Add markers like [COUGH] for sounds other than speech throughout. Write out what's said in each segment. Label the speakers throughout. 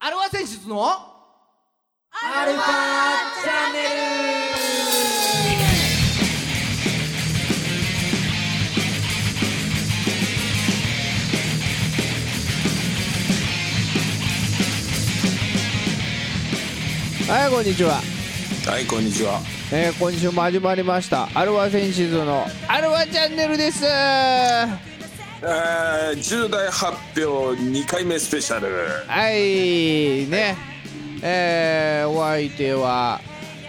Speaker 1: アルファ選出のアルファチャンネ
Speaker 2: はいこんにちは、
Speaker 3: はいこんにちは
Speaker 2: えー、今週も始まりましたアルファセンシズのアルファチャンネルです
Speaker 3: えー、重大発表2回目スペシャル
Speaker 2: はいねえー、お相手は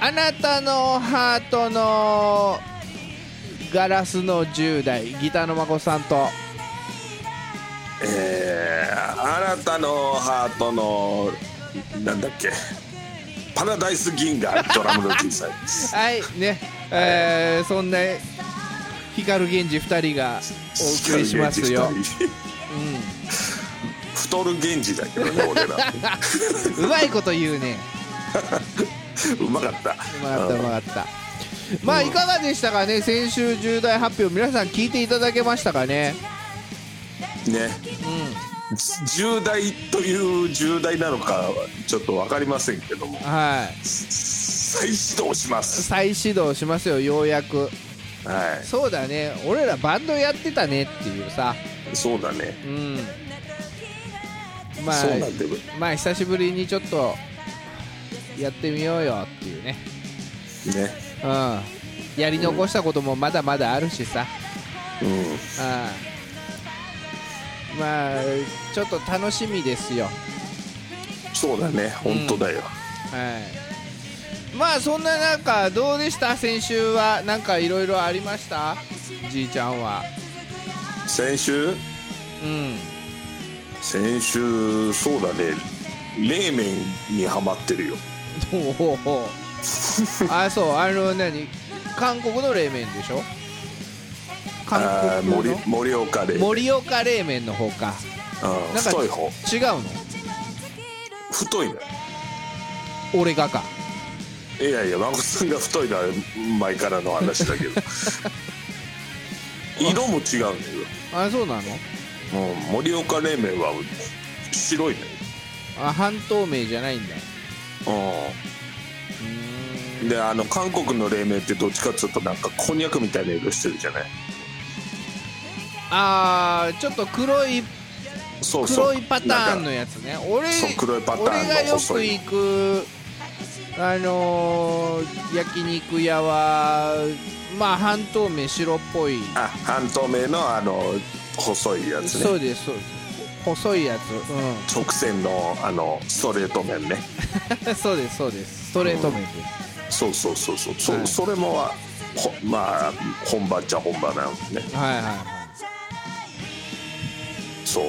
Speaker 2: あなたのハートのガラスの10代ギターのまこさんと
Speaker 3: えー、あなたのハートのなんだっけパラダイス銀河ドラムの小さい
Speaker 2: はいねえー、そんな光源氏2人がお送りしますよ
Speaker 3: 太る源氏だけどね俺ら
Speaker 2: うまいこと言うね
Speaker 3: うまかった
Speaker 2: うまかったうまかったまあいかがでしたかね先週重大発表皆さん聞いていただけましたかね
Speaker 3: うんねじ重大という重大なのかちょっと分かりませんけども
Speaker 2: はい
Speaker 3: 再始動します
Speaker 2: 再始動しますよようやく
Speaker 3: は
Speaker 2: そうだね俺らバンドやってたねっていうさ
Speaker 3: いそうだね
Speaker 2: うんまあ
Speaker 3: そうなんだよ
Speaker 2: まあ久しぶりにちょっとやってみようよっていうね
Speaker 3: ね
Speaker 2: うんやり残したこともまだまだあるしさ
Speaker 3: うん
Speaker 2: うんまあちょっと楽しみですよ
Speaker 3: そうだね本当だよ、
Speaker 2: はい、まあそんな中どうでした先週はなんかいろいろありましたじいちゃんは
Speaker 3: 先
Speaker 2: う
Speaker 3: 週
Speaker 2: ん
Speaker 3: 先週そうだね冷麺にはまってるよ
Speaker 2: ほうほうほう [LAUGHS] あそうあの何韓国の冷麺でしょ
Speaker 3: あ
Speaker 2: 韓
Speaker 3: ー
Speaker 2: 国
Speaker 3: 盛
Speaker 2: の
Speaker 3: り盛岡でうん
Speaker 2: 盛岡冷麺の方かなんか
Speaker 3: 太い方
Speaker 2: 違う
Speaker 3: 太いね
Speaker 2: の俺がか
Speaker 3: いやいや孫さんが太いのは前からの話だ
Speaker 2: [LAUGHS]
Speaker 3: けど色も違うんだよ
Speaker 2: あそうなの
Speaker 3: うん盛岡冷麺は白いね
Speaker 2: あ半透明じゃないんだ
Speaker 3: うんであの韓国の冷麺ってどっちかっていうとなんかこんにゃくみたいな色してるじゃない
Speaker 2: あーちょっと黒い
Speaker 3: そうそう
Speaker 2: 黒いパターンのやつね俺
Speaker 3: そう黒いパターンの
Speaker 2: 俺がよ
Speaker 3: 細
Speaker 2: く
Speaker 3: い
Speaker 2: 行くあのー焼肉屋はまあ半透明白っぽい
Speaker 3: あ半透明のあの細いやつね
Speaker 2: そうですそうです細いやつ
Speaker 3: 直線のあのストレート麺ね
Speaker 2: うん [LAUGHS] そうですそうですストレート麺です、
Speaker 3: そうそうそうそう、そ
Speaker 2: はいう
Speaker 3: それもはほまあ本場っちゃ本場なのね
Speaker 2: はいはいはい
Speaker 3: そ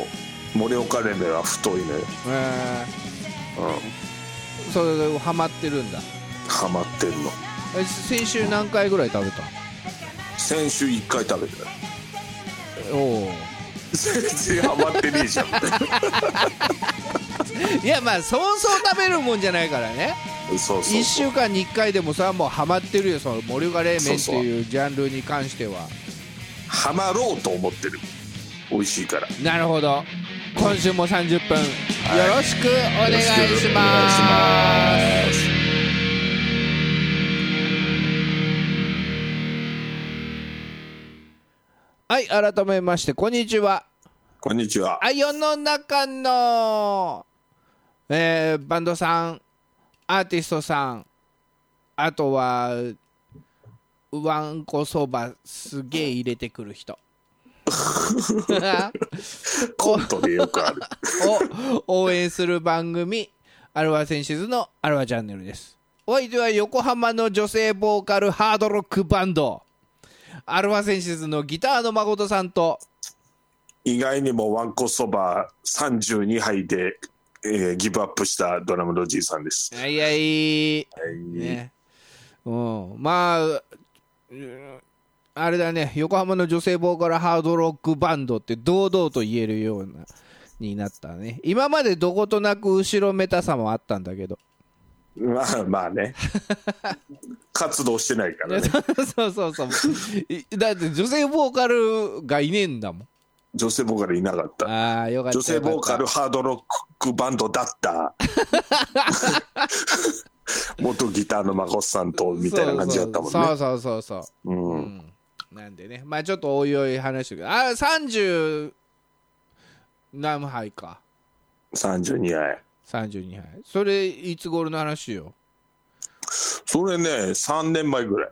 Speaker 3: う盛岡冷麺は太いのよ、
Speaker 2: え
Speaker 3: う
Speaker 2: ー、それハマってるんだ
Speaker 3: ん、ハマってんの
Speaker 2: え先週何回ぐらい食べた
Speaker 3: 先週1回食べたよ
Speaker 2: おお
Speaker 3: 全然ハマってねえじ [LAUGHS] ゃん
Speaker 2: いやまあそうそう食べるもんじゃないからね
Speaker 3: そうそう
Speaker 2: 1週間に1回でもさもうハマってるよその盛岡冷麺っていうジャンルに関しては
Speaker 3: ハマろうと思ってる美味しいから
Speaker 2: なるほど今週も30分よ
Speaker 3: い
Speaker 2: ろしくお願いし
Speaker 3: よろくお願いし
Speaker 2: ま
Speaker 3: ます
Speaker 2: すはい改めましてこんにちは
Speaker 3: こんにちは
Speaker 2: あ世の中の、えーバンドさんアーティストさんあとはわんこそばすげえ入れてくる人 [LAUGHS]
Speaker 3: コントでよくある
Speaker 2: を応援する番組アルファセンシズのアルファチャンネルですお相手は横浜の女性ボーカルハードロックバンドアルファセンシズのギターの誠さんと
Speaker 3: 意外にもわんこそば32杯で、えーギブアップしたドラムのじいさんです
Speaker 2: はいはい
Speaker 3: はい
Speaker 2: ねうんまあうんあれだね横浜の女性ボーカルハードロックバンドって堂々と言えるようなになったね今までどことなく後ろめたさもあったんだけ
Speaker 3: [LAUGHS]
Speaker 2: ど
Speaker 3: まあまあね活動してないからね
Speaker 2: [LAUGHS] そうそうそう。いだって女性ボーカルがいねえんだもん。
Speaker 3: 女性ボーカルいなかった
Speaker 2: ああよかった
Speaker 3: 女性ボーカル
Speaker 2: よかっ
Speaker 3: ハードロックバンドだった元ギターの孫さんと
Speaker 2: た
Speaker 3: みたいな感じだったもんね
Speaker 2: そうそうそうそうそう
Speaker 3: う
Speaker 2: うんんなんでねまあちょっとおいおい話してるけどあ30何杯か
Speaker 3: 32杯
Speaker 2: 32杯それいつ頃の話よ
Speaker 3: それね3年前ぐらい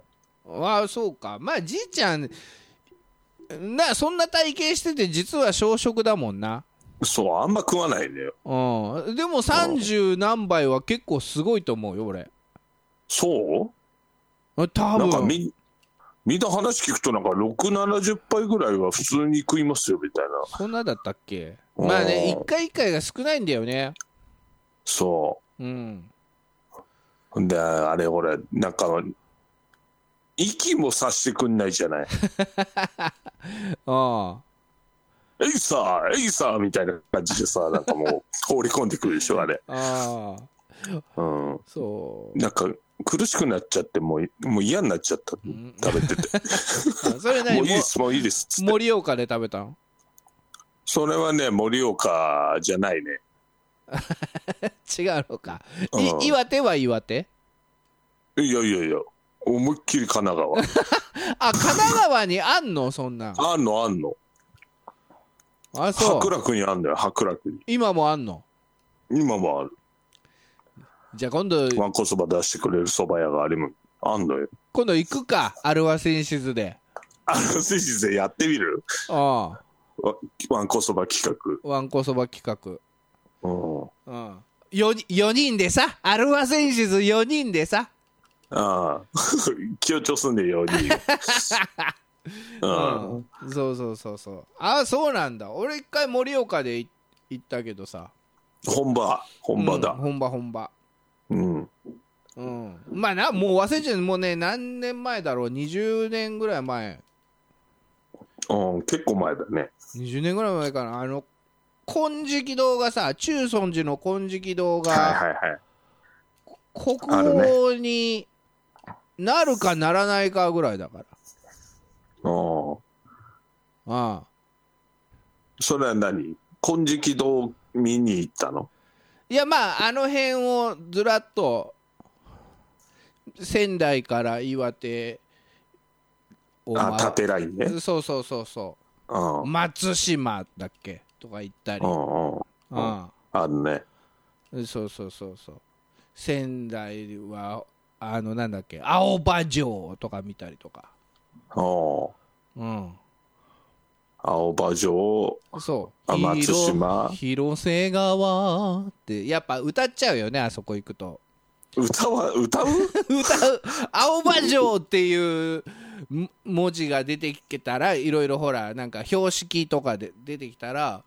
Speaker 2: ああそうかまあじいちゃんなそんな体型してて実は小食だもんな
Speaker 3: そうあんま食わないのよ
Speaker 2: うんでも30何杯は結構すごいと思うよ俺
Speaker 3: そ
Speaker 2: あ多
Speaker 3: うなんか
Speaker 2: 分
Speaker 3: みみんな話聞くとなんか670杯ぐらいは普通に食いますよみたいな
Speaker 2: そんなだったっけ
Speaker 3: うん
Speaker 2: まあね一回一回が少ないんだよね
Speaker 3: そう
Speaker 2: うん
Speaker 3: ほんで、あれ、ほら、なんか、息もさしてくんないじゃない。
Speaker 2: あ
Speaker 3: えいさー、えいさーみたいな感じでさ、なんかもう、放り込んでくるで
Speaker 2: [LAUGHS]
Speaker 3: しょ、あれ。
Speaker 2: あああ
Speaker 3: うん。
Speaker 2: そう
Speaker 3: なんか、苦しくなっちゃって、もう、もう嫌になっちゃった。
Speaker 2: ん
Speaker 3: 食べてて。
Speaker 2: あ [LAUGHS] それ何
Speaker 3: もう
Speaker 2: も
Speaker 3: いいです、もういいです。つって
Speaker 2: 盛岡で食べたの
Speaker 3: それはね、盛岡じゃないね。
Speaker 2: 違うのか
Speaker 3: うん
Speaker 2: い岩手は岩手
Speaker 3: いやいやいや、思いっきり神奈川。
Speaker 2: あ神奈川にあんのそんなん
Speaker 3: あんの、あんの。
Speaker 2: あそ
Speaker 3: 白
Speaker 2: う
Speaker 3: 楽にあんのよ、白楽に。
Speaker 2: 今もあんの
Speaker 3: 今もある。
Speaker 2: じゃあ今度
Speaker 3: わんこそば出してくれるそば屋がありも、あんのよ。
Speaker 2: 今度行くかアルワセンシズで
Speaker 3: あの、せいぜいやってみる
Speaker 2: ああ
Speaker 3: わワンコそば企画。
Speaker 2: わんこそば企
Speaker 3: うん、
Speaker 2: 画
Speaker 3: [LAUGHS]
Speaker 2: うん 4, 四人でさアルワセンシズ4人でさ
Speaker 3: ああ、強調すんでように。 [LAUGHS] うん、
Speaker 2: うんそうそうそうそうあそうなんだ俺一回盛岡でい行ったけどさ
Speaker 3: 本場、本場
Speaker 2: うん
Speaker 3: だ。
Speaker 2: 本場本場
Speaker 3: うん。
Speaker 2: うんまあなもう忘れちゃうもうね何年前だろう20年ぐらい前
Speaker 3: うん、結構前だね。
Speaker 2: 20年ぐらい前かなあの金色堂がさ中尊寺の金色堂が、
Speaker 3: はいはいはい。
Speaker 2: 国
Speaker 3: あるね
Speaker 2: 宝になるかならないかぐらいだから
Speaker 3: うん。
Speaker 2: ああ
Speaker 3: それは何金色堂見に行ったの
Speaker 2: いやまああの辺をずらっと仙台から岩手を
Speaker 3: あ、縦ラインね。うん。。
Speaker 2: そうそうそうそううん松島だっけとか行ったり、
Speaker 3: う
Speaker 2: あ
Speaker 3: んうん。
Speaker 2: あ
Speaker 3: あるね。
Speaker 2: そうそうそうそう仙台はあのなんだっけ青葉城とか見たりとか
Speaker 3: うん。
Speaker 2: うん
Speaker 3: 青葉城、
Speaker 2: そう
Speaker 3: あ松
Speaker 2: 広
Speaker 3: 島
Speaker 2: 広瀬川ってやっぱ歌っちゃうよねあそこ行くと
Speaker 3: 歌は、 [LAUGHS] 歌う
Speaker 2: 歌 [LAUGHS] う青葉城っていうも文字が出てきたらいろいろほらなんか標識とかで出てきたら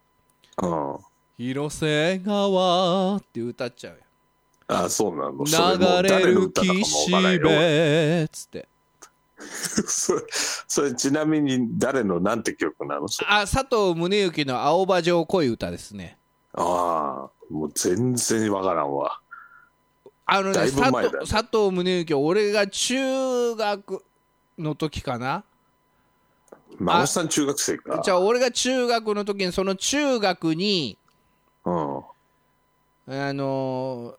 Speaker 3: うん。
Speaker 2: 広瀬川って歌っちゃうよ
Speaker 3: あ、そうなの。そもう
Speaker 2: 流れ
Speaker 3: 誰の
Speaker 2: る
Speaker 3: 歌だかも
Speaker 2: 岸
Speaker 3: わからんよ
Speaker 2: 辺っつって
Speaker 3: [LAUGHS] それ、それちなみに誰のなんて曲なのそれ
Speaker 2: あ佐藤宗行の青葉城恋歌ですね
Speaker 3: ああ、もう全然わからんわ。
Speaker 2: あのね
Speaker 3: だいぶ前
Speaker 2: 佐
Speaker 3: だね
Speaker 2: 藤佐藤宗行俺が中学の時かな
Speaker 3: 孫さん中学生か
Speaker 2: じ。ゃあ俺が中学の時にその中学に
Speaker 3: うん。
Speaker 2: あのー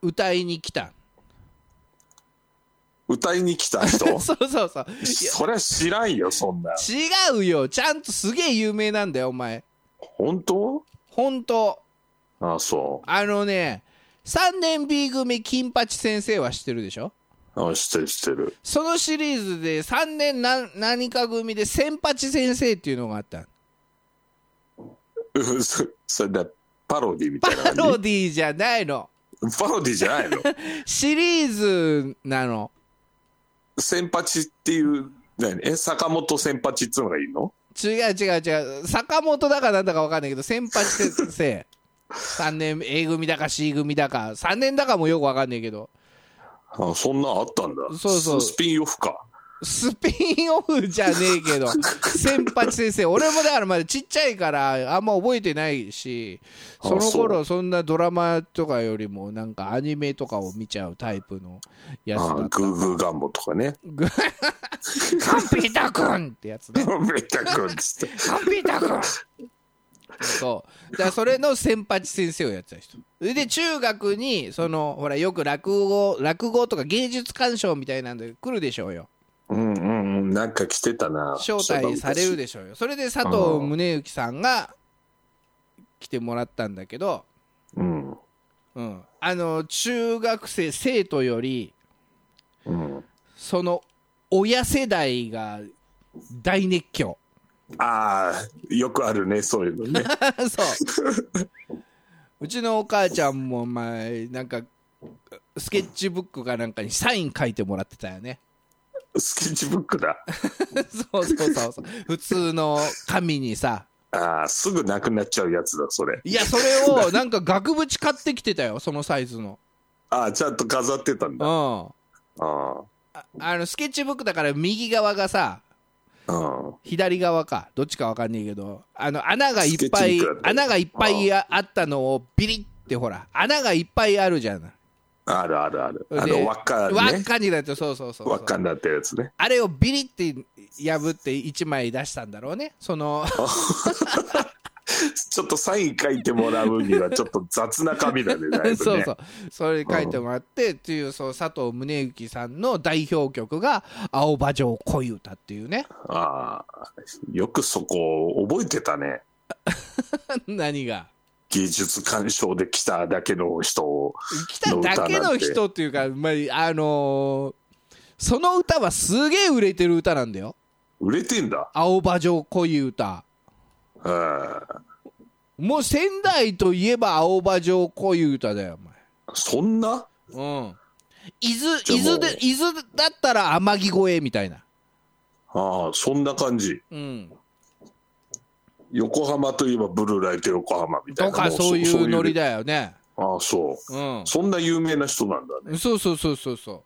Speaker 2: 歌いに来た
Speaker 3: 歌いに来
Speaker 2: [LAUGHS]
Speaker 3: た人
Speaker 2: そうそうそう
Speaker 3: そりゃ知らんよ、そんな。
Speaker 2: 違うよちゃんとすげえ有名なんだよお前
Speaker 3: 本当
Speaker 2: ほんと
Speaker 3: ああ、そ
Speaker 2: あのね3年 B 組金八先生は知ってるでしょ
Speaker 3: う。ああ、知ってる、知ってる。
Speaker 2: そのシリーズで3年な何か組で千八先生っていうのがあった
Speaker 3: うんそ [LAUGHS] それだ、パロディみたいな
Speaker 2: パ
Speaker 3: 感じ。
Speaker 2: ロディーじゃないの
Speaker 3: パロディじゃないの。
Speaker 2: シリーズなの
Speaker 3: 先八っていう、何え、坂本先八っつうのがいいの
Speaker 2: 違う違う違う坂本だかなんだか分かんないけど先八先生3 [LAUGHS] 年 A 組だか C 組だか3年だかもよく分かんないけど
Speaker 3: ああそんなあったんだ。
Speaker 2: そうそう
Speaker 3: ススピンオフか。
Speaker 2: スピンオフじゃねえけど先八先生俺もだからまだちっちゃいからあんま覚えてないしその頃そんなドラマとかよりもなんかアニメとかを見ちゃうタイプのやつだ
Speaker 3: あ
Speaker 2: った
Speaker 3: ーグーグーガンボとかね。
Speaker 2: カンピーターくんってやつね
Speaker 3: めっちゃくんつって。
Speaker 2: カンピーター君そうだからそれの先八先生をやってた人で中学にそのほらよく落語落語とか芸術鑑賞みたいなんで来るでしょうよ
Speaker 3: うんうんうん。なんか来てたな。
Speaker 2: 招待される
Speaker 3: で。
Speaker 2: でしょうよそれで佐藤宗行さんが来てもらったんだけど、
Speaker 3: うん。
Speaker 2: うん、あの中学生生徒より
Speaker 3: うん。
Speaker 2: その親世代が大熱狂
Speaker 3: ああ、よくあるね、そういうのね。
Speaker 2: [LAUGHS] そううちのお母ちゃんも前なんかスケッチブックかなんかにサイン書いてもらってたよね [LAUGHS]
Speaker 3: スケッチブックだ。
Speaker 2: そうそうそうそう普通の紙にさ
Speaker 3: ああ、すぐなくなっちゃうやつだ、それ。
Speaker 2: いやそれをなんか額縁買ってきてたよそのサイズの
Speaker 3: ああ、ちゃんと飾ってたん
Speaker 2: う
Speaker 3: だ。
Speaker 2: ん
Speaker 3: あ
Speaker 2: ああのスケッチブックだから右側がさ
Speaker 3: あ。うん。
Speaker 2: 左側かどっちかわかんねえけどあの穴がいっぱい
Speaker 3: スケッチブックだった
Speaker 2: 穴がいっぱいああったのをビリってほら穴がいっぱいあるじゃない
Speaker 3: あるあるある。あ
Speaker 2: で
Speaker 3: の、輪っか
Speaker 2: 輪っ
Speaker 3: ね。
Speaker 2: かにだってそうそうそうそう
Speaker 3: 輪っかになってるやつね。
Speaker 2: あれをビリって破って1枚出したんだろうねその
Speaker 3: ちょっとサイン書いてもらうには、ちょっと雑な紙だね、だいぶね。
Speaker 2: そうそうそれ書いてもらってっていうそう佐藤宗行さんの代表曲が「青葉城恋歌」っていうね [LAUGHS]
Speaker 3: ああ、よくそこを覚えてたね。
Speaker 2: 何が
Speaker 3: 芸術鑑賞で来ただけの人を。
Speaker 2: 来ただけの人っていうか、まあ、あのーその歌はすげえ売れてる歌なんだよ
Speaker 3: 売れてん
Speaker 2: 「
Speaker 3: だ。
Speaker 2: 青葉城恋歌
Speaker 3: うん。」
Speaker 2: もう仙台といえば青葉城恋歌だよ
Speaker 3: そんな
Speaker 2: お前うん伊豆
Speaker 3: じゃあ
Speaker 2: 伊
Speaker 3: もう
Speaker 2: 豆で伊豆だったら天城越えみたいな
Speaker 3: ああ、そんな感じ。
Speaker 2: うん
Speaker 3: 横浜といえばブルーライト横浜みたい
Speaker 2: と
Speaker 3: な。
Speaker 2: か
Speaker 3: も
Speaker 2: そういうノリ
Speaker 3: だ。
Speaker 2: だよね
Speaker 3: ああ、そう。
Speaker 2: うん
Speaker 3: そんな有名な人なんだね。
Speaker 2: そうそうそうそうそう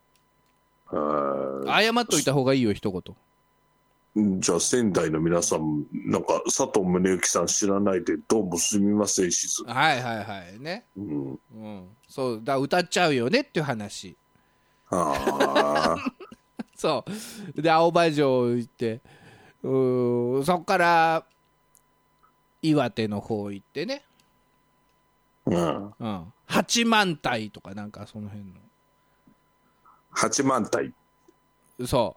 Speaker 3: うん
Speaker 2: 謝っといた方がいいよ一言
Speaker 3: じゃあ仙台の皆さん、なんか佐藤宗行さん知らないでどうもすみませんしず、
Speaker 2: はいはいはいね
Speaker 3: うん、
Speaker 2: うんそうだから歌っちゃうよねっていう話
Speaker 3: ああ
Speaker 2: そうで青葉城行ってうーそっから岩手の方行ってね、
Speaker 3: うん
Speaker 2: うん、八幡平とかなんかその辺
Speaker 3: 八幡平
Speaker 2: のそ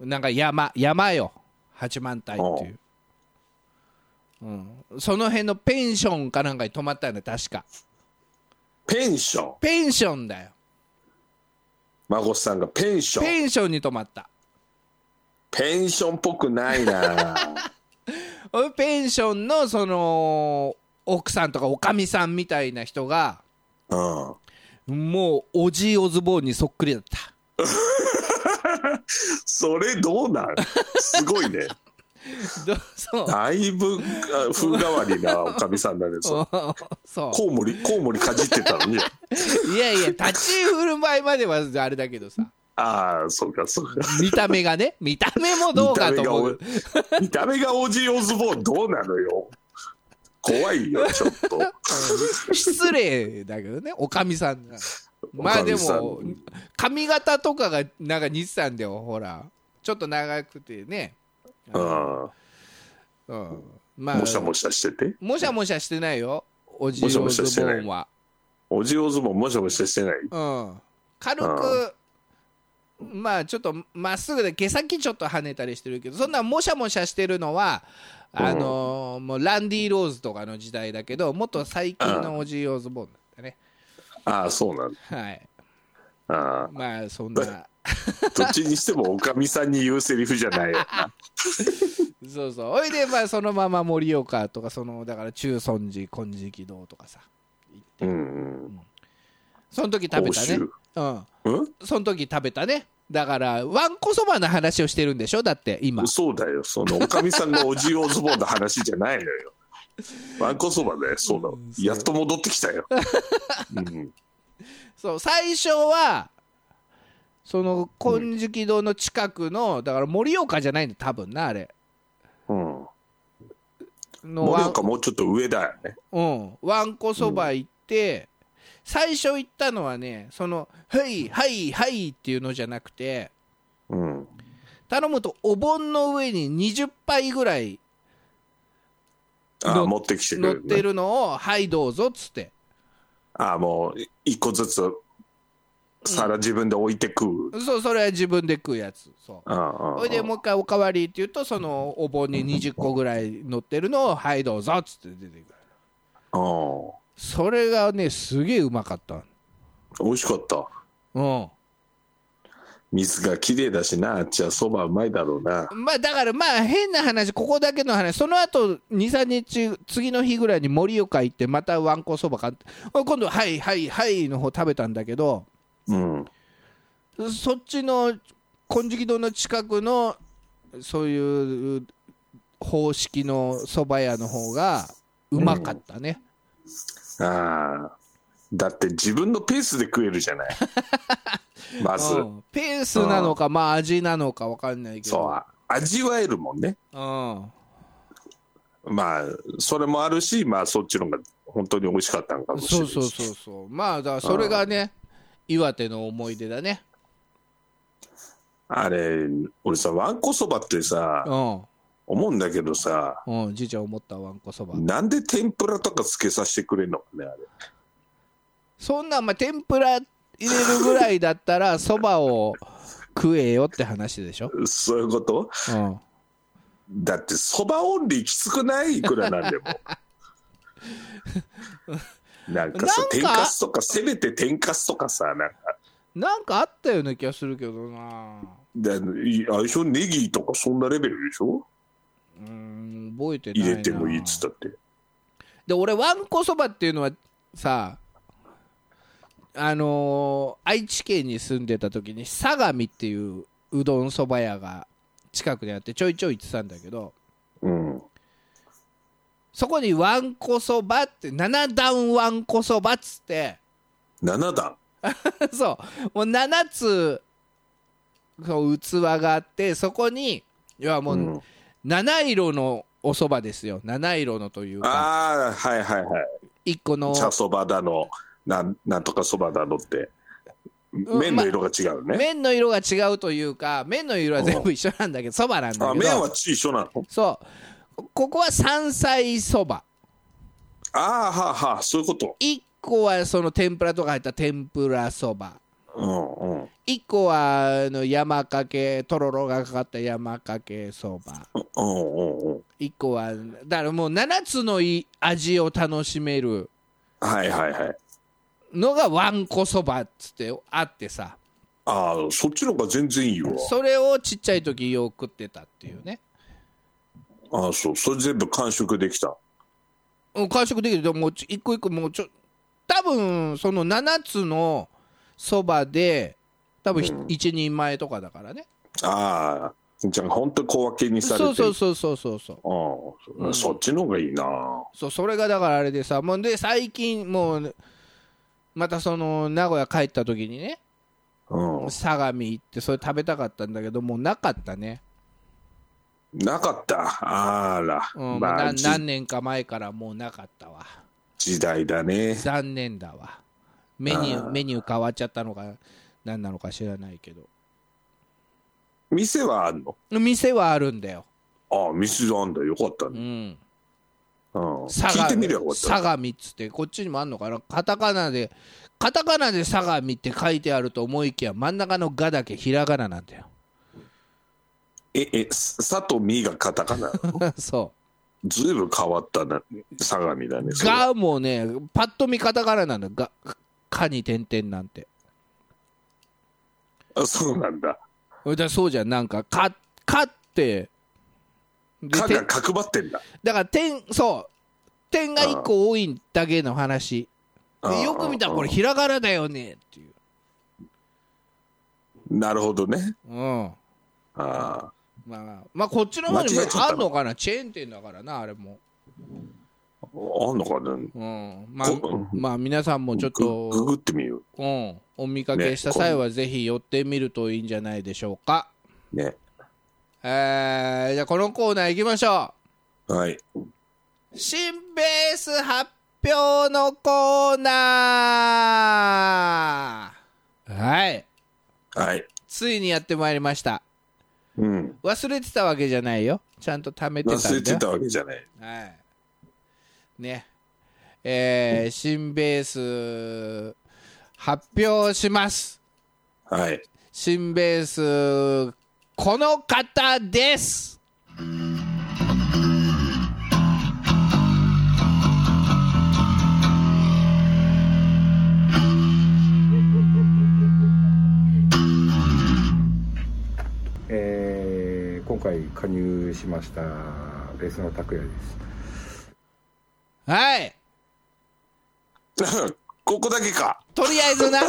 Speaker 2: うなんか山山よ八幡平っていう、うん、その辺のペンションかなんかに泊まったんだ確か
Speaker 3: ペンション
Speaker 2: ペンションだよ
Speaker 3: 孫さんがペンション
Speaker 2: ペンションに泊まった
Speaker 3: ペンションっぽくないな [LAUGHS]
Speaker 2: ペンションのその奥さんとかおかみさんみたいな人が
Speaker 3: うん
Speaker 2: もうオジー・オズボーンにそっくりだった
Speaker 3: それどうなんすごいね
Speaker 2: どそう
Speaker 3: [LAUGHS] だいぶあ風変わりなおかみさんだねそれ
Speaker 2: そ
Speaker 3: コウモリコウモリかじってた
Speaker 2: [LAUGHS]
Speaker 3: の
Speaker 2: う
Speaker 3: に
Speaker 2: いやいや立ち居振る舞いまではあれだけどさ
Speaker 3: ああそうかそうか
Speaker 2: 見た目がね見た目もどうかと思う
Speaker 3: 見た目がお見た目がオジーオズボーンどうなのよ怖いよちょっと
Speaker 2: 失礼だけどねおかみさんがまあで
Speaker 3: お
Speaker 2: も
Speaker 3: かみ
Speaker 2: 髪型とかがなんか似てたんだよほらちょっと長くてね、
Speaker 3: さ
Speaker 2: うん、
Speaker 3: ん
Speaker 2: ま
Speaker 3: う
Speaker 2: あ
Speaker 3: んもしゃもしゃしてて
Speaker 2: もしゃもしゃしてないよおじい
Speaker 3: もしゃ
Speaker 2: お
Speaker 3: もし
Speaker 2: ズ
Speaker 3: ゃして
Speaker 2: ボ
Speaker 3: ない
Speaker 2: ンは、
Speaker 3: おじいおズボンもしゃもしゃしてない
Speaker 2: うん、軽くまあちょっとまっすぐで毛先ちょっと跳ねたりしてるけどそんなもしゃもしゃしてるのはあのーもうランディ・ローズとかの時代だけどもっと最近のおじいおズボンだったね
Speaker 3: ああそうなんだ
Speaker 2: はい
Speaker 3: あ
Speaker 2: まあそん
Speaker 3: [LAUGHS]
Speaker 2: な
Speaker 3: あどっちにしてもおかみさんに言うセリフじ
Speaker 2: [LAUGHS]
Speaker 3: ゃないよな
Speaker 2: そうそうおいでまあそのまま盛岡とかそのだから中尊寺金色堂とかさ
Speaker 3: うんうん
Speaker 2: その時食べたねうん
Speaker 3: うん
Speaker 2: その時食べたねだからわんこそばの話をしてるんでしょだって今
Speaker 3: そうだよ、そのおかみさんがおじいおズボンの話じゃないの
Speaker 2: [LAUGHS]
Speaker 3: よ。わんこそばだよ、そうだわ。やっと戻ってきたよ。うん、
Speaker 2: そう最初はその金色堂の近くのだから盛岡じゃないんだ多分なあれ
Speaker 3: うん。
Speaker 2: の
Speaker 3: 盛
Speaker 2: わん
Speaker 3: 岡もうちょっと上だよね。
Speaker 2: うん、わんこそば行って、最初行ったのはねその「はいはいはい」っていうのじゃなくて
Speaker 3: うん。
Speaker 2: 頼むとお盆の上に20杯ぐらい
Speaker 3: あ
Speaker 2: の
Speaker 3: あ、持ってきてくれ
Speaker 2: 乗っ
Speaker 3: る、
Speaker 2: てるのを「はいどうぞ」っつって
Speaker 3: ああ、もう、一個ずつ、皿自分で置いて食う。うん、
Speaker 2: そうそれは自分で食うやつそう
Speaker 3: うん。
Speaker 2: ほいでもう一回「おかわり」って言うとそのお盆に20個ぐらい乗ってるのを「はいどうぞ」っつって出てくる
Speaker 3: う
Speaker 2: それがねすげえうまかった
Speaker 3: ん。美味しかった。
Speaker 2: うん
Speaker 3: 水が綺麗だしな、あっちはそばうまいだろうな。
Speaker 2: まあだからまあ変な話ここだけの話その後23日次の日ぐらいに盛岡行ってまたわんこそば買って今度は「はいはいはい」の方食べたんだけど
Speaker 3: うん。
Speaker 2: そっちの金色堂の近くのそういう方式のそば屋の方がうまかったね、
Speaker 3: ああ。だって自分のペースで食えるじ
Speaker 2: [LAUGHS]
Speaker 3: ゃない。まず
Speaker 2: う、んペースなのかまあ味なのか分かんないけ
Speaker 3: そ
Speaker 2: ど
Speaker 3: う、味わえるもんね。
Speaker 2: うん
Speaker 3: まあ、それもあるし、まあ、そっちの方が本当に美味しかったのかもし
Speaker 2: そ
Speaker 3: れ
Speaker 2: う
Speaker 3: ないし。
Speaker 2: そうそうそうまあだからそれがね岩手の思い出だね
Speaker 3: あれ、俺さ、わんこそばってさ、
Speaker 2: うん
Speaker 3: 思うんだけどさ、
Speaker 2: うん、じいちゃん思ったわんこそば。
Speaker 3: なんで天ぷらとかつけさせてくれんのかね、あれ。
Speaker 2: そんなん、まあ、天ぷら入れるぐらいだったら、そばを食えよって話でしょ。
Speaker 3: そういうこと
Speaker 2: うん。
Speaker 3: だって、そばオンリーきつくないいくらなん
Speaker 2: [LAUGHS]
Speaker 3: でも。なんかさ
Speaker 2: なんか
Speaker 3: 天かすとか、せめて天かすとかさ、なんか、
Speaker 2: なんかあったような気がするけどな。
Speaker 3: だいあれでしょネギとかそんなレベルでしょ
Speaker 2: うん、覚えてないな。
Speaker 3: 入れてもいいっつったって。
Speaker 2: で、俺、わんこそばっていうのはさ、あのー愛知県に住んでた時に、相模っていううどんそば屋が近くにあって、ちょいちょい行ってたんだけど、
Speaker 3: うん。
Speaker 2: そこにわんこそばって、七段わんこそばっつって、 [LAUGHS]
Speaker 3: 7段。
Speaker 2: そうもう7つそう器があってそこに要はも
Speaker 3: う、
Speaker 2: うん七色のお蕎麦ですよ七色のというか
Speaker 3: ああ、はいはいはい。
Speaker 2: 一個の
Speaker 3: 茶そばだのなんなんとかそばだのって
Speaker 2: うん
Speaker 3: 麺の色が違うね、
Speaker 2: 麺の色が違うというか麺の色は全部一緒なんだけどそばなんだ
Speaker 3: あ
Speaker 2: け
Speaker 3: 麺
Speaker 2: ど
Speaker 3: は一緒なの
Speaker 2: そうここは山菜そば
Speaker 3: ああはあはあそういうこと
Speaker 2: 1個はその天ぷらとか入った天ぷらそば
Speaker 3: うんうん
Speaker 2: 1個はあの山かけとろろがかかった山かけそば
Speaker 3: うんうんうん
Speaker 2: 一個はだからもう7つのい味を楽しめる
Speaker 3: はいはいはい
Speaker 2: のがわんこそばっつってあってさ
Speaker 3: ああそっちの方が全然いいわ
Speaker 2: それをちっちゃい時よく食ってたっていうね
Speaker 3: ああそうそれ全部完食できた
Speaker 2: うん完食できるでももうち一個一個もうちょ多分その7つのそばで多分ひ一人前とかだからね
Speaker 3: ああじゃあ本当小分けにされて
Speaker 2: そうそうそうそうそうそう
Speaker 3: うんそっちの方がいいな
Speaker 2: そうそれがだからあれでさもうで最近もうまたその名古屋帰った時にね
Speaker 3: うん
Speaker 2: 相模行ってそれ食べたかったんだけどもうなかったね
Speaker 3: なかったあら、
Speaker 2: うんまあ
Speaker 3: ま
Speaker 2: な
Speaker 3: あじ
Speaker 2: 何年か前からもうなかったわ
Speaker 3: 時代だね
Speaker 2: 残念だわメニューメニュー変わっちゃったのか何なのか知らないけど
Speaker 3: 店はあんの
Speaker 2: 店はあるんだよ、
Speaker 3: ああ店あんだよかった
Speaker 2: う
Speaker 3: ね、
Speaker 2: ん、
Speaker 3: うん、
Speaker 2: 相
Speaker 3: 聞いてみりゃよかった
Speaker 2: 相模っつってこっちにもあんのかなカタカナでカタカナで相模って書いてあると思いきや真ん中の「が」だけひらがななんだよ [LAUGHS]
Speaker 3: え、え、ささとみがカタカナ。
Speaker 2: そ
Speaker 3: ずいぶん変わったな、相模だね。
Speaker 2: う「
Speaker 3: それ
Speaker 2: が」もねパッと見カタカナなんだよ「が」かに点々なんて
Speaker 3: あそうなんだ。
Speaker 2: だからそうじゃんなんか「か」かってで
Speaker 3: か
Speaker 2: て
Speaker 3: が角張ってんだ。
Speaker 2: だから点そう点が1個多いだけの話
Speaker 3: うん
Speaker 2: でよく見たら
Speaker 3: うん
Speaker 2: これひらがなだよねっていう
Speaker 3: なるほどね。
Speaker 2: うんま
Speaker 3: あ
Speaker 2: あまあこっちの方にも
Speaker 3: 間違えちゃった
Speaker 2: あ
Speaker 3: の
Speaker 2: んのかなチェーン店だからなあれも
Speaker 3: あ。あんのかね
Speaker 2: うん、まあ
Speaker 3: こ、
Speaker 2: まあ、皆さんもちょっ
Speaker 3: グググっ
Speaker 2: と、
Speaker 3: てみよ
Speaker 2: うん、お見かけした際はぜひ寄ってみるといいんじゃないでしょうか。
Speaker 3: うね
Speaker 2: えー、じゃあこのコーナー行きましょ
Speaker 3: はい。
Speaker 2: う。新ベース発表のコーナーはい。
Speaker 3: はい。
Speaker 2: ついにやってまいりました。
Speaker 3: うん。
Speaker 2: 忘れてたわけじゃないよ。ちゃんと貯めてたんだ
Speaker 3: 忘
Speaker 2: よ。
Speaker 3: れてたわけじゃない。
Speaker 2: はい。ね。えー、新ベース発表します。
Speaker 3: はい。
Speaker 2: 新ベース、この方です。
Speaker 4: えー今回加入しましたベースの拓也です
Speaker 2: はい。
Speaker 3: ここだけか。
Speaker 2: とりあえずな、
Speaker 3: あ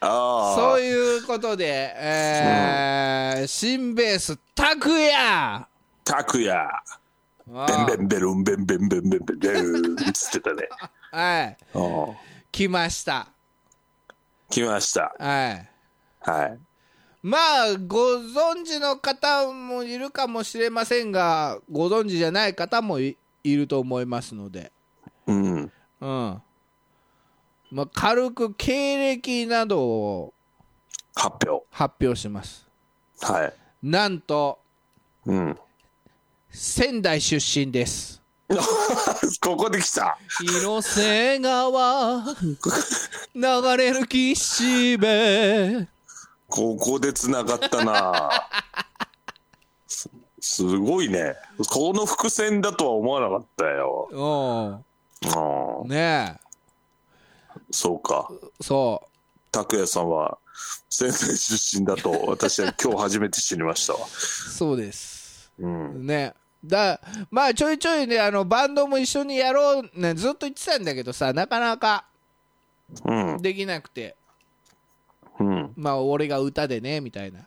Speaker 3: あ。
Speaker 2: そういうことで、えー、新ベース、拓也
Speaker 3: 拓也。
Speaker 2: あ
Speaker 3: ベンベンベルンベンベンベンベンベンベルンつってたね。
Speaker 2: はい。
Speaker 3: ああ。
Speaker 2: 来ました。
Speaker 3: 来ました。
Speaker 2: はい。
Speaker 3: はい。
Speaker 2: まあご存知の方もいるかもしれませんがご存知じゃない方もいいると思いますので、
Speaker 3: うん。
Speaker 2: うんまあ、軽く経歴などを
Speaker 3: 発表。
Speaker 2: 発表します
Speaker 3: はい。
Speaker 2: なんと
Speaker 3: うん。
Speaker 2: 仙台出身です
Speaker 3: ここで来た。
Speaker 2: 広瀬川流れる岸辺
Speaker 3: ここで繋がったな。すすごいね。この伏線だとは思わなかったよ。
Speaker 2: うん
Speaker 3: ああ。
Speaker 2: ねえ
Speaker 3: そうか。
Speaker 2: そう
Speaker 3: 拓也さんは仙台出身だと私は今日初めて知りましたわ。
Speaker 2: そうです
Speaker 3: うん。
Speaker 2: ねだまあちょいちょいねあのバンドも一緒にやろうねずっと言ってたんだけどさなかなか
Speaker 3: うん。
Speaker 2: できなくて
Speaker 3: うん。
Speaker 2: まあ俺が歌でねみたいな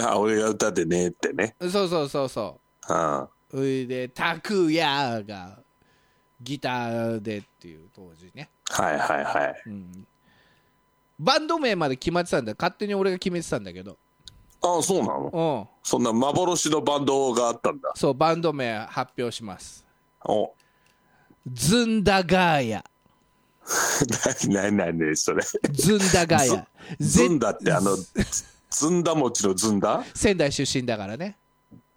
Speaker 3: あ、俺が歌でねってね。
Speaker 2: そうそうそうそ
Speaker 3: あ
Speaker 2: うそれで「拓也」がギターでっていう当時ね、
Speaker 3: あはいはいはい。
Speaker 2: うん、バンド名まで決まってたんだ勝手に俺が決めてたんだけど
Speaker 3: あそうなの
Speaker 2: うん
Speaker 3: そんな幻のバンドがあったんだ。
Speaker 2: そうバンド名発表します
Speaker 3: お、 [LAUGHS]
Speaker 2: ズンダガーヤ
Speaker 3: なになになにそれ。
Speaker 2: ズンダガ
Speaker 3: [LAUGHS]
Speaker 2: ーヤ
Speaker 3: ず
Speaker 2: ぜ
Speaker 3: んだってあ
Speaker 2: [LAUGHS]
Speaker 3: の、ずずんだ餅のずんだ
Speaker 2: 仙台出身だからね、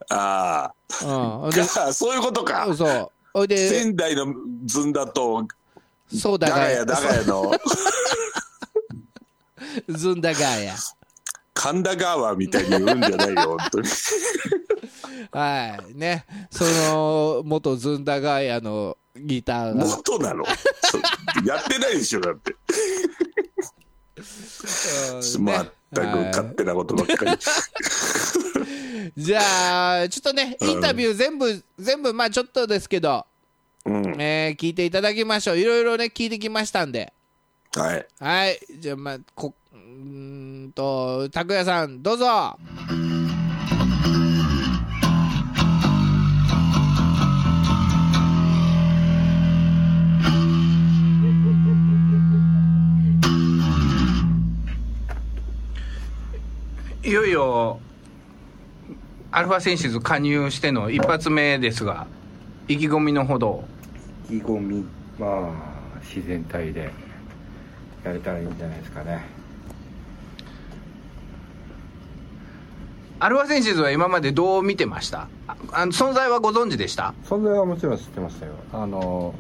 Speaker 3: あ
Speaker 2: うん、
Speaker 3: あ。
Speaker 2: で
Speaker 3: か [LAUGHS] そういうことか。
Speaker 2: そう。ほいで、
Speaker 3: 仙台のずんだと、
Speaker 2: そうだ
Speaker 3: だ
Speaker 2: が
Speaker 3: が
Speaker 2: や
Speaker 3: や、だがやの、 [LAUGHS]
Speaker 2: ずんだがや。
Speaker 3: 神田川みたいに言うんじゃないよ、本
Speaker 2: [LAUGHS]
Speaker 3: 当に。
Speaker 2: はい。ね。その、元ずんだがやのギターが。
Speaker 3: 元なのそうやってないでしょ、だって。
Speaker 2: うんね
Speaker 3: まったく
Speaker 2: は
Speaker 3: 勝手なことばっかり。
Speaker 2: いじゃあ、ちょっとね、インタビュー全部、全部、まあちょっとですけど、
Speaker 3: うん。
Speaker 2: えー聞いていただきましょう。いろいろね、聞いてきましたんで。
Speaker 3: はい。
Speaker 2: はい。じゃあ、まあ、こ、うーんと、拓也さん、どうぞ。いよいよ、アルファセンシズ加入しての一発目ですが、意気込みのほど。
Speaker 4: 意気込みまあ自然体でやれたらいいんじゃないですかね
Speaker 2: アルファセンシズは今までどう見てましたああの存在はご存知でした
Speaker 4: 存在はもちろん知ってましたよあの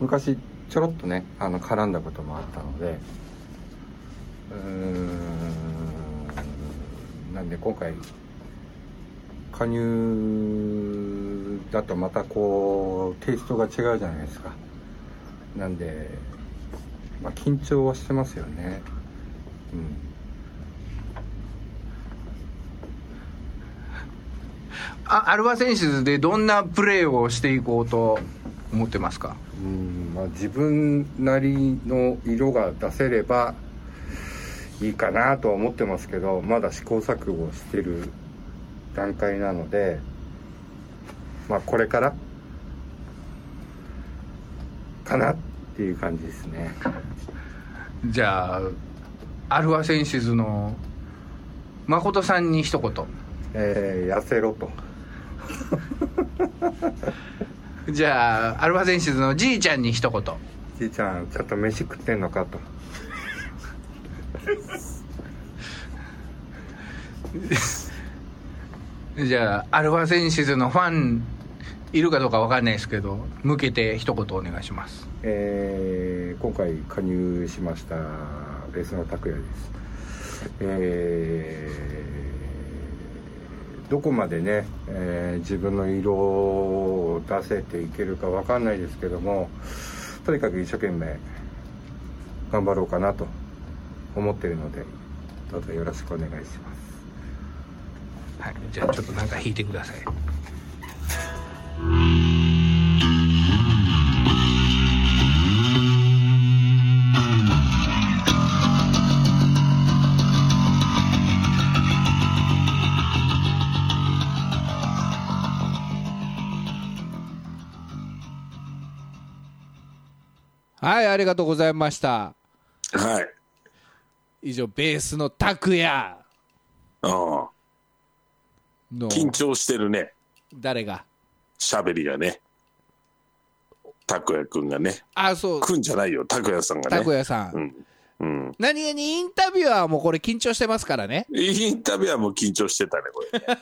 Speaker 4: 昔ちょろっとねあの絡んだこともあったのでうーんなんで今回加入だとまたこうテイストが違うじゃないですかなんで、まあ、緊張はしてますよねうん
Speaker 2: あアルファセンシズでどんなプレーをしていこうと思ってますか
Speaker 4: うんまあ、自分なりの色が出せればいいかなとは思ってますけどまだ試行錯誤してる段階なので、まあ、これからかなっていう感じですね。
Speaker 2: じゃあアルファセンシズの誠さんに一言
Speaker 4: えー痩せろと。
Speaker 2: じゃあアルファセンシズのじいちゃんに一言
Speaker 4: じいちゃん、ちゃんと飯食ってんのかと。
Speaker 2: じゃあアルファセンシズのファンいるかどうかわかんないですけど向けて一言お願いします
Speaker 4: えー今回加入しましたベースの拓也です、えーどこまでね、えー自分の色を出せていけるかわかんないですけどもとにかく一生懸命頑張ろうかなと思ってるのでどうぞよろしくお願いします
Speaker 2: はい、じゃあちょっとなんか弾いてください。はい、ありがとうございました。
Speaker 3: はい。
Speaker 2: 以上、ベースの拓也
Speaker 3: うん。
Speaker 2: の
Speaker 3: 緊張してるね。
Speaker 2: 誰が
Speaker 3: 喋りがね。拓也くんがね。
Speaker 2: あ、そう、
Speaker 3: くんじゃないよ。拓也さんが
Speaker 2: 拓
Speaker 3: ね。
Speaker 2: 也さん。
Speaker 3: うん。うん。
Speaker 2: 何気にインタビュアーもこれ緊張してますからね。
Speaker 3: インタビュアーも緊張してたね、これね。 [LAUGHS]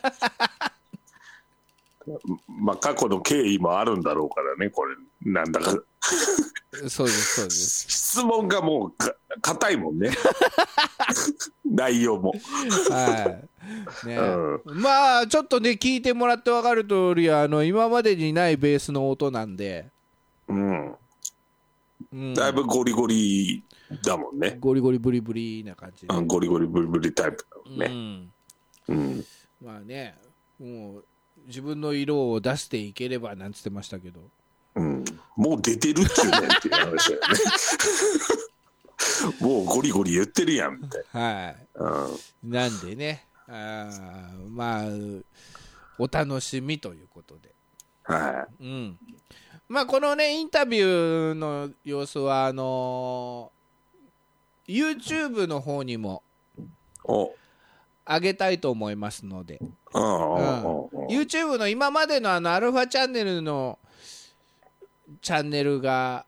Speaker 3: まあ、過去の経緯もあるんだろうからね、これ。なんだか。
Speaker 2: そうです、そうです。
Speaker 3: 質問がもうか硬いもんね [LAUGHS] 内容も
Speaker 2: はい。ね
Speaker 3: う
Speaker 2: まあ、ちょっとね、聞いてもらって分かる通り、あの、今までにないベースの音なんで、
Speaker 3: うん
Speaker 2: うん、
Speaker 3: だいぶゴリゴリだもんね、
Speaker 2: ゴリゴリブリブリな感じで。
Speaker 3: うん、ゴリゴリブリブリタイプだもん
Speaker 2: う
Speaker 3: ね
Speaker 2: ん
Speaker 3: うん、
Speaker 2: まあね、もう、自分の色を出していければなんつってましたけど。
Speaker 3: うん、もう出てるっちゅうねんっていう話だよね [LAUGHS] もうゴリゴリ言ってるやんみたい
Speaker 2: はい。
Speaker 3: な、うん、
Speaker 2: なんでね、あーまあ、お楽しみということで。
Speaker 3: は
Speaker 2: うん、まあこのねインタビューの様子はあのー YouTube の方にも
Speaker 3: いお
Speaker 2: 上げたいと思いますので、
Speaker 3: うん
Speaker 2: うん
Speaker 3: うんうんうん
Speaker 2: YouTube の今までのあのアルファチャンネルのチャンネルが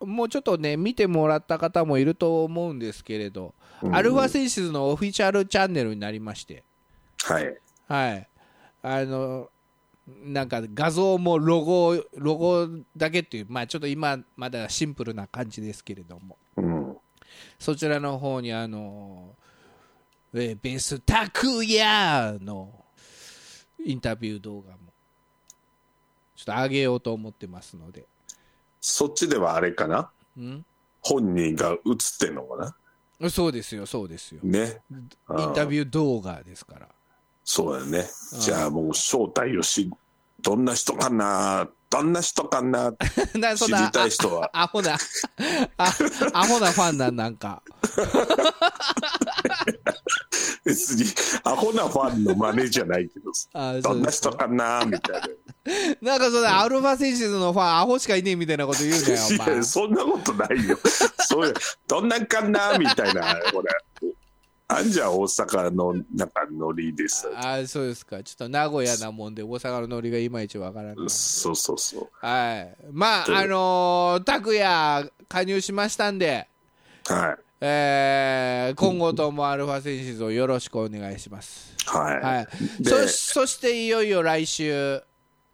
Speaker 2: もうちょっとね見てもらった方もいると思うんですけれど、アルファセンシズのオフィシャルチャンネルになりまして
Speaker 3: はい
Speaker 2: はいあのなんか画像もロゴロゴだけっていうまあちょっと今まだシンプルな感じですけれども
Speaker 3: うん
Speaker 2: そちらの方にあのえーベースタクヤのインタビュー動画もちょっと上げようと思ってますので
Speaker 3: そっちではあれかな
Speaker 2: うん
Speaker 3: 本人が映ってんのかな
Speaker 2: そうですよそうですよイ
Speaker 3: ね
Speaker 2: ンタビュー動画ですから [LAUGHS]
Speaker 3: そうだよね。じゃあもう正体をし、どんな人かな、どんな人かな、
Speaker 2: なそんな
Speaker 3: 知りたい
Speaker 2: [LAUGHS]
Speaker 3: 人は
Speaker 2: あアホなあアホなファンなんなんか
Speaker 3: 別にアホなファンの真似じゃないけどさ
Speaker 2: あそ
Speaker 3: ど
Speaker 2: うんで
Speaker 3: な
Speaker 2: す
Speaker 3: 人かな、みたいな。
Speaker 2: なんかそのアルファセンシズのファンアホしかいねえみたいなこと言うなよお
Speaker 3: い
Speaker 2: 前
Speaker 3: や、そんなことないよ。そういう、どんなんかな、みたいな、ほら。あんじゃん大阪のなんかノリです。
Speaker 2: あーそうですかちょっと名古屋なもんで大阪のノリがいまいちわからない
Speaker 3: そうそうそ
Speaker 2: はいま
Speaker 3: という
Speaker 2: ああのー拓也加入しましたんで
Speaker 3: う。はい。
Speaker 2: えー今後ともアルファセンシズをよろしくお願いします
Speaker 3: はい。
Speaker 2: はい
Speaker 3: で
Speaker 2: そそしていよいよ来週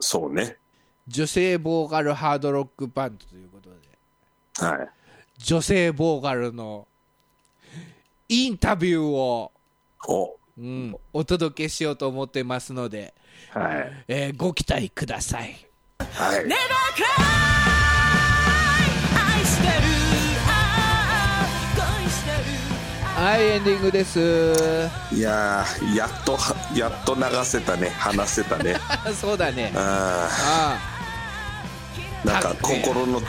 Speaker 3: そうね。
Speaker 2: 女性ボーカルハードロックバンドということで
Speaker 3: はい。
Speaker 2: 女性ボーカルのインタビューを、
Speaker 3: お。
Speaker 2: うん、お届けしようと思ってますので、
Speaker 3: はい。
Speaker 2: えーご期待ください
Speaker 3: はい。
Speaker 1: Never cry 愛してるああ恋してる
Speaker 2: はいエンディングです
Speaker 3: いやー、やっと、やっと流せたね。話せた
Speaker 2: [LAUGHS]
Speaker 3: ね。
Speaker 2: [LAUGHS] そうだね
Speaker 3: あー
Speaker 2: あ
Speaker 3: なんか心の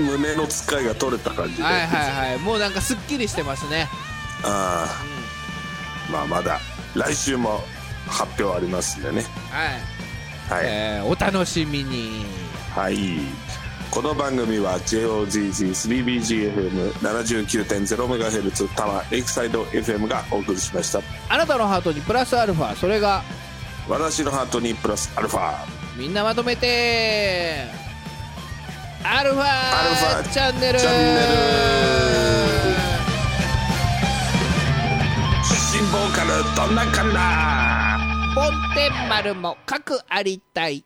Speaker 3: 胸の使いが取れた感じで、
Speaker 2: あはいはいはいもうなんかすっきりしてますね
Speaker 3: あーまあまだ来週も発表ありますんでね
Speaker 2: はい、
Speaker 3: はい、
Speaker 2: えーお楽しみに
Speaker 3: はいこの番組は JOGG3BGFM79.0MHz タワーエキサイド FM がお送りしました
Speaker 2: あなたのハートにプラスアルファそれが
Speaker 3: 私のハートにプラスアルファ
Speaker 2: みんなまとめてアルフ
Speaker 3: アルフ
Speaker 2: ァ
Speaker 3: ァ
Speaker 2: チャンネル
Speaker 3: チャンネ新ボーカルどんなかな
Speaker 2: ポンテン丸も各ありたい